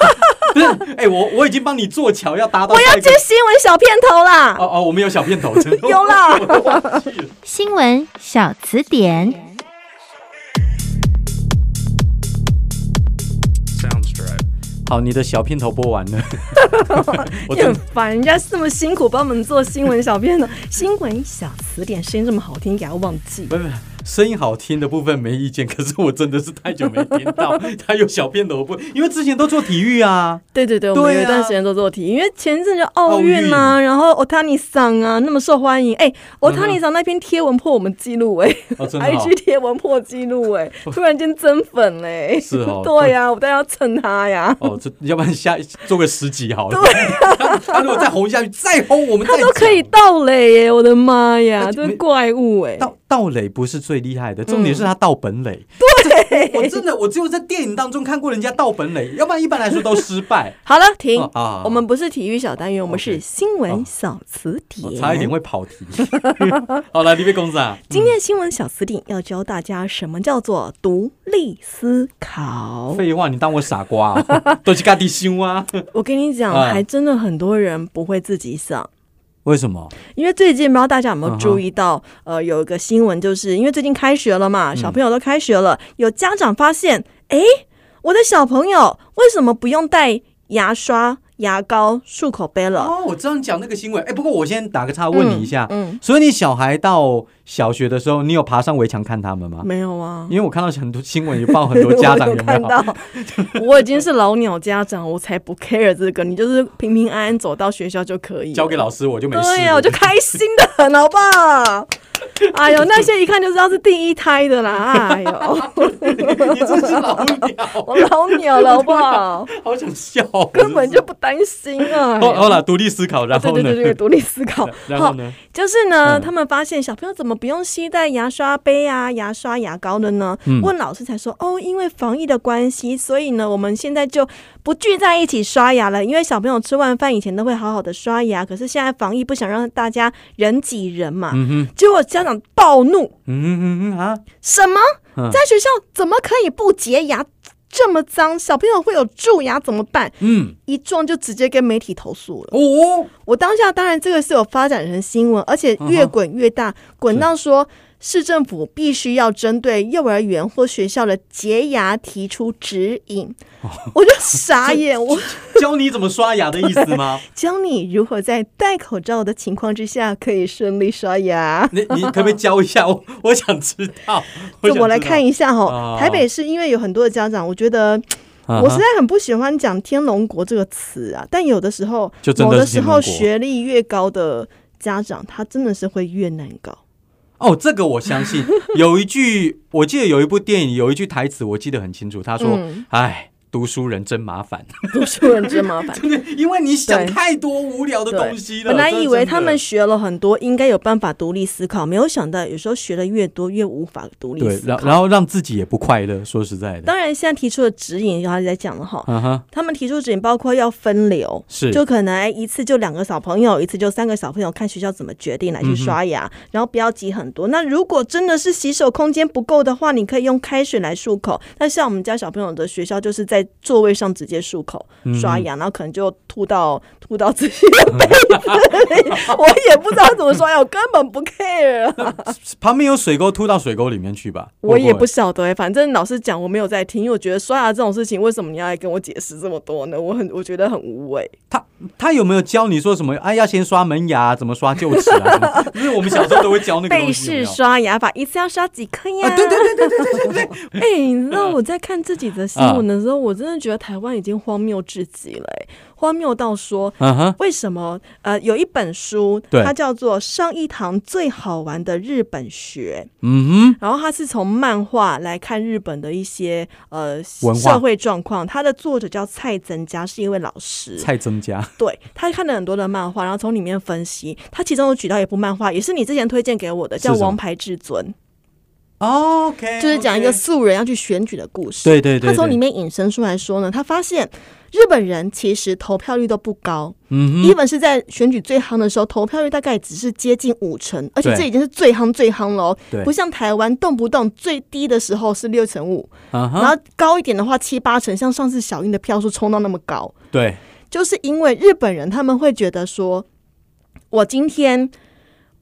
[SPEAKER 1] 不是，哎、我我已经帮你做桥，要搭到
[SPEAKER 2] 我
[SPEAKER 1] 下
[SPEAKER 2] 要
[SPEAKER 1] 一个
[SPEAKER 2] 接。新闻小片头啦。
[SPEAKER 1] 哦哦，我们有小片头，真的
[SPEAKER 2] 有啦，
[SPEAKER 3] 新闻小词典。
[SPEAKER 4] Soundstripe.
[SPEAKER 1] 好，你的小片头播完了， 我
[SPEAKER 2] 你
[SPEAKER 1] 真
[SPEAKER 2] 很烦，人家这么辛苦帮我们做新闻小片头，新闻小词典声音这么好听，给他忘记。
[SPEAKER 1] 不是声音好听的部分没意见，可是我真的是太久没听 到他有小片头不，因为之前都做体育啊，
[SPEAKER 2] 对对对，我们
[SPEAKER 1] 对啊
[SPEAKER 2] 有一段时间都做题，因为前一阵就奥运
[SPEAKER 1] 奥
[SPEAKER 2] 啊，然后 Otani 桑啊那么受欢迎，哎、o t a n i 桑那篇贴文破我们记录哎、
[SPEAKER 1] 哦真的、哦
[SPEAKER 2] i。g 贴文破记录哎、突然间增粉嘞、
[SPEAKER 1] 是哦
[SPEAKER 2] 对呀、我当然要蹭他呀，
[SPEAKER 1] 哦，这要不然下做个十集好了。 他他如果再红下去，再红我们再
[SPEAKER 2] 啊他都可以
[SPEAKER 1] 哎讲
[SPEAKER 2] 倒垒耶、我的妈呀，
[SPEAKER 1] 而且
[SPEAKER 2] 这是怪物哎、
[SPEAKER 1] 盗盗垒不是最厉害的，重
[SPEAKER 2] 嗯
[SPEAKER 1] 点是他盗本 垒。对，我真的我只有在电影当中看过人家盗本垒，要不然一般来说都失 败。
[SPEAKER 2] 好了，停、
[SPEAKER 1] 哦好好好
[SPEAKER 2] 我们不是体育小单元，我们
[SPEAKER 1] OK
[SPEAKER 2] 是新闻
[SPEAKER 1] 哦
[SPEAKER 2] 小词典。
[SPEAKER 1] 我差一点会跑题。 好了，你被公司啊，
[SPEAKER 2] 今天的新闻小词典要教大家什么叫做独立思考。
[SPEAKER 1] 废话，你当我傻瓜、啊？ 都是咖喱修啊？
[SPEAKER 2] 我跟你讲，
[SPEAKER 1] 啊
[SPEAKER 2] 还真的很多人不会自己想。
[SPEAKER 1] 为什么？
[SPEAKER 2] 因为最近不知道大家有没有
[SPEAKER 1] 嗯哼
[SPEAKER 2] 注意到呃，有一个新闻，就是因为最近开学了
[SPEAKER 1] 嗯
[SPEAKER 2] 嘛，小朋友都开学了，有家长发现，哎，我的小朋友为什么不用带牙刷、牙膏、漱口杯了？
[SPEAKER 1] 哦，我知道你讲那个新闻。哎、不过我先打个岔，问你一下、
[SPEAKER 2] 嗯，
[SPEAKER 1] 所以你小孩到小学的时候，你有爬上围墙看他们吗
[SPEAKER 2] 嗯？没有啊。
[SPEAKER 1] 因为我看到很多新闻，有报很多家长
[SPEAKER 2] 我
[SPEAKER 1] 有
[SPEAKER 2] 有
[SPEAKER 1] 没
[SPEAKER 2] 看
[SPEAKER 1] 有？
[SPEAKER 2] 到， 我已经是老鸟家长，我才不 care 这个。你就是平平安安走到学校就可以了，
[SPEAKER 1] 交给老师我就没事了。
[SPEAKER 2] 对哦呀、我就开心的很，好不好？哎呦，那些一看就知道是第一胎的啦！哎呦，
[SPEAKER 1] 你真 是老鸟，
[SPEAKER 2] 我老鸟了，好不好？
[SPEAKER 1] 好想笑哦，
[SPEAKER 2] 根本就不担心啊！
[SPEAKER 1] 好好了，独立思考，然
[SPEAKER 2] 对
[SPEAKER 1] 后
[SPEAKER 2] 对
[SPEAKER 1] 呢。
[SPEAKER 2] 对？对，独立思考
[SPEAKER 1] 然后
[SPEAKER 2] 好，
[SPEAKER 1] 呢？
[SPEAKER 2] 就是呢，
[SPEAKER 1] 嗯
[SPEAKER 2] 他们发现小朋友怎么不用携带牙刷杯啊、牙刷、牙膏的呢？
[SPEAKER 1] 嗯
[SPEAKER 2] 问老师才说，哦，因为防疫的关系，所以呢，我们现在就不聚在一起刷牙了。因为小朋友吃完饭以前都会好好的刷牙，可是现在防疫不想让大家人挤人嘛。
[SPEAKER 1] 嗯哼，
[SPEAKER 2] 结果家长暴怒，
[SPEAKER 1] 嗯哼嗯哼啊，
[SPEAKER 2] 什么
[SPEAKER 1] 嗯
[SPEAKER 2] 在学校怎么可以不洁牙？这么脏，小朋友会有蛀牙怎么办？
[SPEAKER 1] 嗯，
[SPEAKER 2] 一撞就直接跟媒体投诉了。
[SPEAKER 1] 哦，
[SPEAKER 2] 我当下当然这个是有发展成新闻，
[SPEAKER 1] 嗯
[SPEAKER 2] 而且越滚越大，滚、到说市政府必须要针对幼儿园或学校的洁牙提出指引，
[SPEAKER 1] 哦
[SPEAKER 2] 我就 傻眼。我
[SPEAKER 1] 教你怎么刷牙的意思 吗？
[SPEAKER 2] 教你如何在戴口罩的情况之下可以顺利刷牙。
[SPEAKER 1] 你你可不可以教一下我？我想知道。
[SPEAKER 2] 这
[SPEAKER 1] 想
[SPEAKER 2] 我来
[SPEAKER 1] 知道
[SPEAKER 2] 看一下哈
[SPEAKER 1] 啊，
[SPEAKER 2] 台北市因为有很多的家长，我觉得
[SPEAKER 1] 啊哈
[SPEAKER 2] 我实在很不喜欢讲“天龙国”这个词啊，但有的时候
[SPEAKER 1] 就，真
[SPEAKER 2] 某
[SPEAKER 1] 的是
[SPEAKER 2] 的时
[SPEAKER 1] 天龙
[SPEAKER 2] 候
[SPEAKER 1] 国
[SPEAKER 2] 学历越高的家长，他真的是会越难搞。
[SPEAKER 1] 哦，这个我相 信。有一句，我记得有一部电影，有一句台词我记得很清楚，他说
[SPEAKER 2] 嗯：“
[SPEAKER 1] 哎、读书人真麻烦，
[SPEAKER 2] 读书人真麻烦。
[SPEAKER 1] 因为你想
[SPEAKER 2] 对
[SPEAKER 1] 太多无聊的
[SPEAKER 2] 对
[SPEAKER 1] 东西了。”
[SPEAKER 2] 本来
[SPEAKER 1] 这是
[SPEAKER 2] 以为
[SPEAKER 1] 真的
[SPEAKER 2] 他们学了很多，应该有办法独立思考，没有想到有时候学的越多，越无法独立
[SPEAKER 1] 对，
[SPEAKER 2] 思
[SPEAKER 1] 然
[SPEAKER 2] 考。
[SPEAKER 1] 然后让自己也不快乐。说实在的，
[SPEAKER 2] 当然，现在提出的指引，然后在讲了哈，
[SPEAKER 1] 啊哈，
[SPEAKER 2] 他们提出指引包括要分流，
[SPEAKER 1] 是
[SPEAKER 2] 就可能一次就两个小朋友，一次就三个小朋友，看学校怎么决定来去刷牙，然后不要挤很多。那如果真的是洗手空间不够的话，你可以用开水来漱口。但像我们家小朋友的学校，就是在座位上直接漱口刷牙，然后可能就吐到 吐到自己的杯子里， 我也不知道怎么刷牙，我根本不 care 啊。
[SPEAKER 1] 旁边有水沟，吐到水沟里面去吧。
[SPEAKER 2] 我也
[SPEAKER 1] 会
[SPEAKER 2] 不
[SPEAKER 1] 会
[SPEAKER 2] 晓得、欸，反正老师讲我没有在听，因为我觉得刷牙这种事情，为什么你要来跟我解释这么多呢？我很我觉得很无谓。
[SPEAKER 1] 他他有没有教你说什么？哎，要先刷门牙，怎么刷臼齿啊？什 么就是我们小时候都会教那个
[SPEAKER 2] 背
[SPEAKER 1] 东西。有没
[SPEAKER 2] 式
[SPEAKER 1] 有
[SPEAKER 2] 刷牙法一次要刷几颗呀？
[SPEAKER 1] 啊，对对啊对对对，
[SPEAKER 2] 哎、你知道我在看自己的新闻的时候，我真的觉得台湾已经荒谬至极了、哎荒谬到说。
[SPEAKER 1] 嗯哼，
[SPEAKER 2] 为什么？呃，有一本书，
[SPEAKER 1] 对
[SPEAKER 2] 它叫做《上一堂最好玩的日本学
[SPEAKER 1] 嗯》，
[SPEAKER 2] 然后它是从漫画来看日本的一些呃
[SPEAKER 1] 文化
[SPEAKER 2] 社会状况。它的作者叫蔡增加，是一位老师
[SPEAKER 1] 哼，。蔡增加，
[SPEAKER 2] 对他看了很多的漫画，然后从里面分析。他其中有举到一部漫画，也是你之前推荐给我的，叫
[SPEAKER 1] 是
[SPEAKER 2] 《
[SPEAKER 1] 什么
[SPEAKER 2] 王牌至尊》。
[SPEAKER 1] 哦 OK，
[SPEAKER 2] 哦就是讲一个素人要去选举的故事。
[SPEAKER 1] 对对对对
[SPEAKER 2] 他从里面引申出来说呢，他发现日本人其实投票率都不高、
[SPEAKER 1] 嗯
[SPEAKER 2] e
[SPEAKER 1] 哼，
[SPEAKER 2] v e n 是在选举最夯的时候，投票率大概只是接近五成，而且
[SPEAKER 1] 对
[SPEAKER 2] 这已经是最夯最夯喽
[SPEAKER 1] 对。
[SPEAKER 2] 不像台湾动不动最低的时候是六成五、
[SPEAKER 1] 嗯
[SPEAKER 2] 然
[SPEAKER 1] 哼，
[SPEAKER 2] 后高一点的话七八成，像上次小英的票数冲到那么高，
[SPEAKER 1] 对，
[SPEAKER 2] 就是因为日本人他们会觉得说，我今天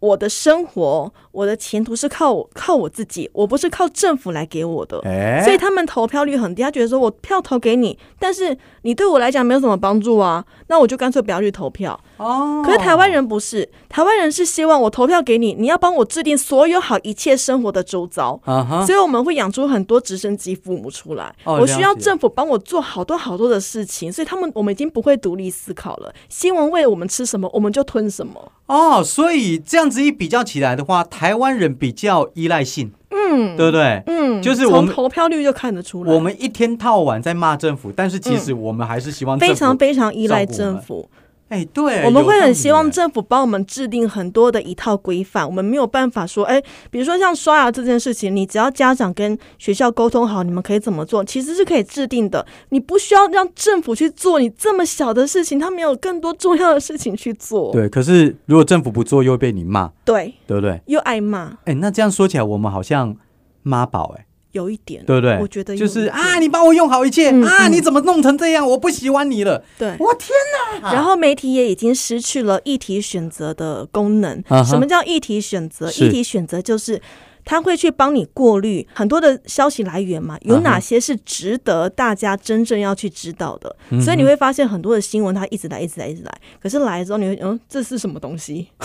[SPEAKER 2] 我的生活、我的前途是靠我靠我自己，我不是靠政府来给我的。
[SPEAKER 1] 哎，
[SPEAKER 2] 所以他们投票率很低，他觉得说我票投给你，但是你对我来讲没有什么帮助啊，那我就干脆不要去投票。
[SPEAKER 1] 哦，
[SPEAKER 2] 可是台湾人不是，台湾人是希望我投票给你，你要帮我制定所有好一切生活的周遭。
[SPEAKER 1] 啊哈，
[SPEAKER 2] 所以我们会养出很多直升机父母出来。
[SPEAKER 1] 哦
[SPEAKER 2] 我需要
[SPEAKER 1] 了解
[SPEAKER 2] 政府帮我做好多好多的事情，所以他们我们已经不会独立思考了。新闻喂我们吃什么，我们就吞什么。
[SPEAKER 1] 哦，所以这样子一比较起来的话，台湾人比较依赖性，嗯，对不对？
[SPEAKER 2] 嗯，
[SPEAKER 1] 就是我
[SPEAKER 2] 从
[SPEAKER 1] 们
[SPEAKER 2] 投票率就看得出来，嗯
[SPEAKER 1] 我们一天到晚在骂政府，但是其实我们还是希望
[SPEAKER 2] 非
[SPEAKER 1] 政府
[SPEAKER 2] 常非常依赖
[SPEAKER 1] 照顾我们
[SPEAKER 2] 政府。
[SPEAKER 1] 哎，对，
[SPEAKER 2] 我们会
[SPEAKER 1] 有道
[SPEAKER 2] 很
[SPEAKER 1] 理
[SPEAKER 2] 希望
[SPEAKER 1] 哎
[SPEAKER 2] 政府帮我们制定很多的一套规范，我们没有办法说，哎，比如说像刷牙这件事情，你只要家长跟学校沟通好，你们可以怎么做，其实是可以制定的，你不需要让政府去做你这么小的事情，他没有更多重要的事情去做，
[SPEAKER 1] 对。可是如果政府不做，又会被你骂，
[SPEAKER 2] 对，
[SPEAKER 1] 对不对？
[SPEAKER 2] 又挨骂，
[SPEAKER 1] 哎，那这样说起来，我们好像妈宝哎，
[SPEAKER 2] 有一点，
[SPEAKER 1] 对不对？
[SPEAKER 2] 我觉得有
[SPEAKER 1] 就是
[SPEAKER 2] 一点
[SPEAKER 1] 啊，你帮我用好一切
[SPEAKER 2] 嗯
[SPEAKER 1] 啊，
[SPEAKER 2] 嗯
[SPEAKER 1] 你怎么弄成这样？我不喜欢你了，
[SPEAKER 2] 对。
[SPEAKER 1] 我天哪！
[SPEAKER 2] 然后媒体也已经失去了议题选择的功能。
[SPEAKER 1] 啊哈
[SPEAKER 2] 什么叫议题选择？
[SPEAKER 1] 是
[SPEAKER 2] 议题选择就是。他会去帮你过滤很多的消息来源嘛，
[SPEAKER 1] 啊
[SPEAKER 2] 有哪些是值得大家真正要去知道的？
[SPEAKER 1] 嗯
[SPEAKER 2] 所以你会发现很多的新闻，它一直来，一直来，一直来。可是来之后，你会嗯，这是什么东西？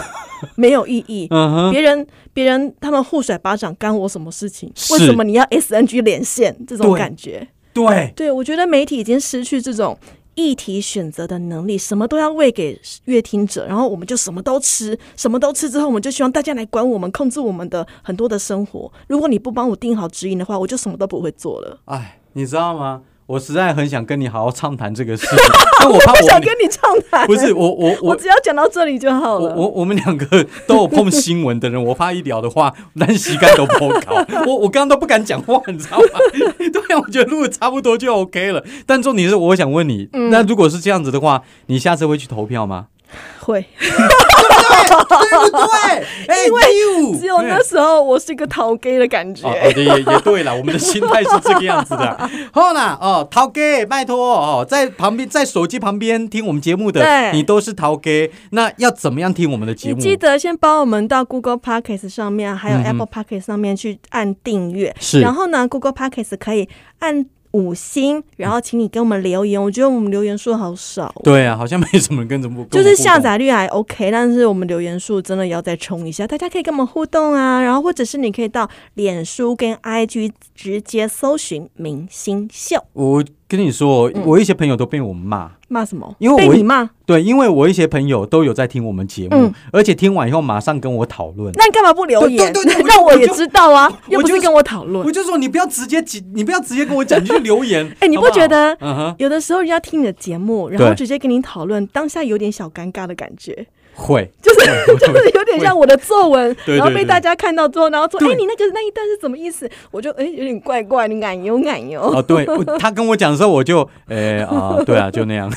[SPEAKER 2] 没有意义。
[SPEAKER 1] 嗯哼，
[SPEAKER 2] 别人别人他们互甩巴掌，干我什么事情？
[SPEAKER 1] 是
[SPEAKER 2] 为什么你要 SNG 连线这种
[SPEAKER 1] 对
[SPEAKER 2] 感觉？
[SPEAKER 1] 对，
[SPEAKER 2] 对，我觉得媒体已经失去这种议题选择的能力，什么都要喂给乐听者，然后我们就什么都吃，什么都吃之后，我们就希望大家来管我们，控制我们的很多的生活。如果你不帮我定好指引的话，我就什么都不会做了。
[SPEAKER 1] 哎，你知道吗？我实在很想跟你好好畅谈这个 事情，但我怕
[SPEAKER 2] 不想
[SPEAKER 1] 我
[SPEAKER 2] 跟你畅谈，
[SPEAKER 1] 不是我我
[SPEAKER 2] 我
[SPEAKER 1] 我
[SPEAKER 2] 只要讲到这里就好
[SPEAKER 1] 我
[SPEAKER 2] 了。
[SPEAKER 1] 我我们两个都有碰新闻的人，我怕一聊的话，烂膝盖都不好搞。我我刚刚都不敢讲话，你知道吗？ 对啊，我觉得录得差不多就 OK 了。但重点是，我想问你，
[SPEAKER 2] 嗯
[SPEAKER 1] 那如果是这样子的话，你下次会去投票吗？
[SPEAKER 2] 会，
[SPEAKER 1] 对不 对？哎，因
[SPEAKER 2] 只有那时候我是一个逃 gay 的感觉。
[SPEAKER 1] 哦，哦对也也对了，我们的心态是这个样子 的。后啦，哦，陶哥，拜托哦，在旁边，在手机旁边听我们节目的，
[SPEAKER 2] 对
[SPEAKER 1] 你都是陶哥，那要怎么样听我们的节
[SPEAKER 2] 你
[SPEAKER 1] 目？
[SPEAKER 2] 记得先帮我们到 Google Podcast 上面，还有
[SPEAKER 1] 嗯哼
[SPEAKER 2] Apple Podcast 上面去按订阅。
[SPEAKER 1] 是
[SPEAKER 2] 然后呢，Google Podcast 可以按五星，然后请你给我们留言。我觉得我们留言数好少哦、
[SPEAKER 1] 对啊，好像没什么人跟着我
[SPEAKER 2] 就是下。
[SPEAKER 1] 跟我们互动
[SPEAKER 2] 载率还 OK，但是我们留言数真的要再冲一下，大家可以跟我们互动啊，然后或者是你可以到脸书跟 IG 直接搜寻明星秀，
[SPEAKER 1] 我跟你说，我一些朋友都被我骂。
[SPEAKER 2] 骂什么？
[SPEAKER 1] 因为我
[SPEAKER 2] 被你骂，
[SPEAKER 1] 对，因为我一些朋友都有在听我们节目，
[SPEAKER 2] 嗯
[SPEAKER 1] 而且听完以后马上跟我讨论。
[SPEAKER 2] 那你干嘛不留言
[SPEAKER 1] 对对对我就
[SPEAKER 2] 让我也知道啊？
[SPEAKER 1] 我就
[SPEAKER 2] 又不是跟我讨论
[SPEAKER 1] 我。就说你不要直接急，你不要直接跟我讲，你就留言。
[SPEAKER 2] 哎你
[SPEAKER 1] 好
[SPEAKER 2] 不
[SPEAKER 1] 不好
[SPEAKER 2] 觉得
[SPEAKER 1] 嗯哼，
[SPEAKER 2] 有的时候人家听你的节目，然后
[SPEAKER 1] 对
[SPEAKER 2] 直接跟你讨论，当下有点小尴尬的感觉，
[SPEAKER 1] 会
[SPEAKER 2] 就是
[SPEAKER 1] 会
[SPEAKER 2] 就是有点像我的作文，
[SPEAKER 1] 对对
[SPEAKER 2] 然后被大家看到之后，然后说：“
[SPEAKER 1] 对
[SPEAKER 2] 哎，你那个那一段是什么意思？”我就哎有点怪怪，你奶油奶油，
[SPEAKER 1] 哦，对我他跟我讲的时候，我 就哎啊、对啊，就那样。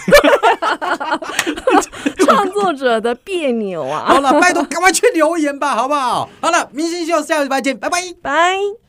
[SPEAKER 2] 创作者的别扭啊，
[SPEAKER 1] 好了，拜托赶快去留言吧，好不好？好了，明星秀下个礼拜见，拜拜。
[SPEAKER 2] 拜。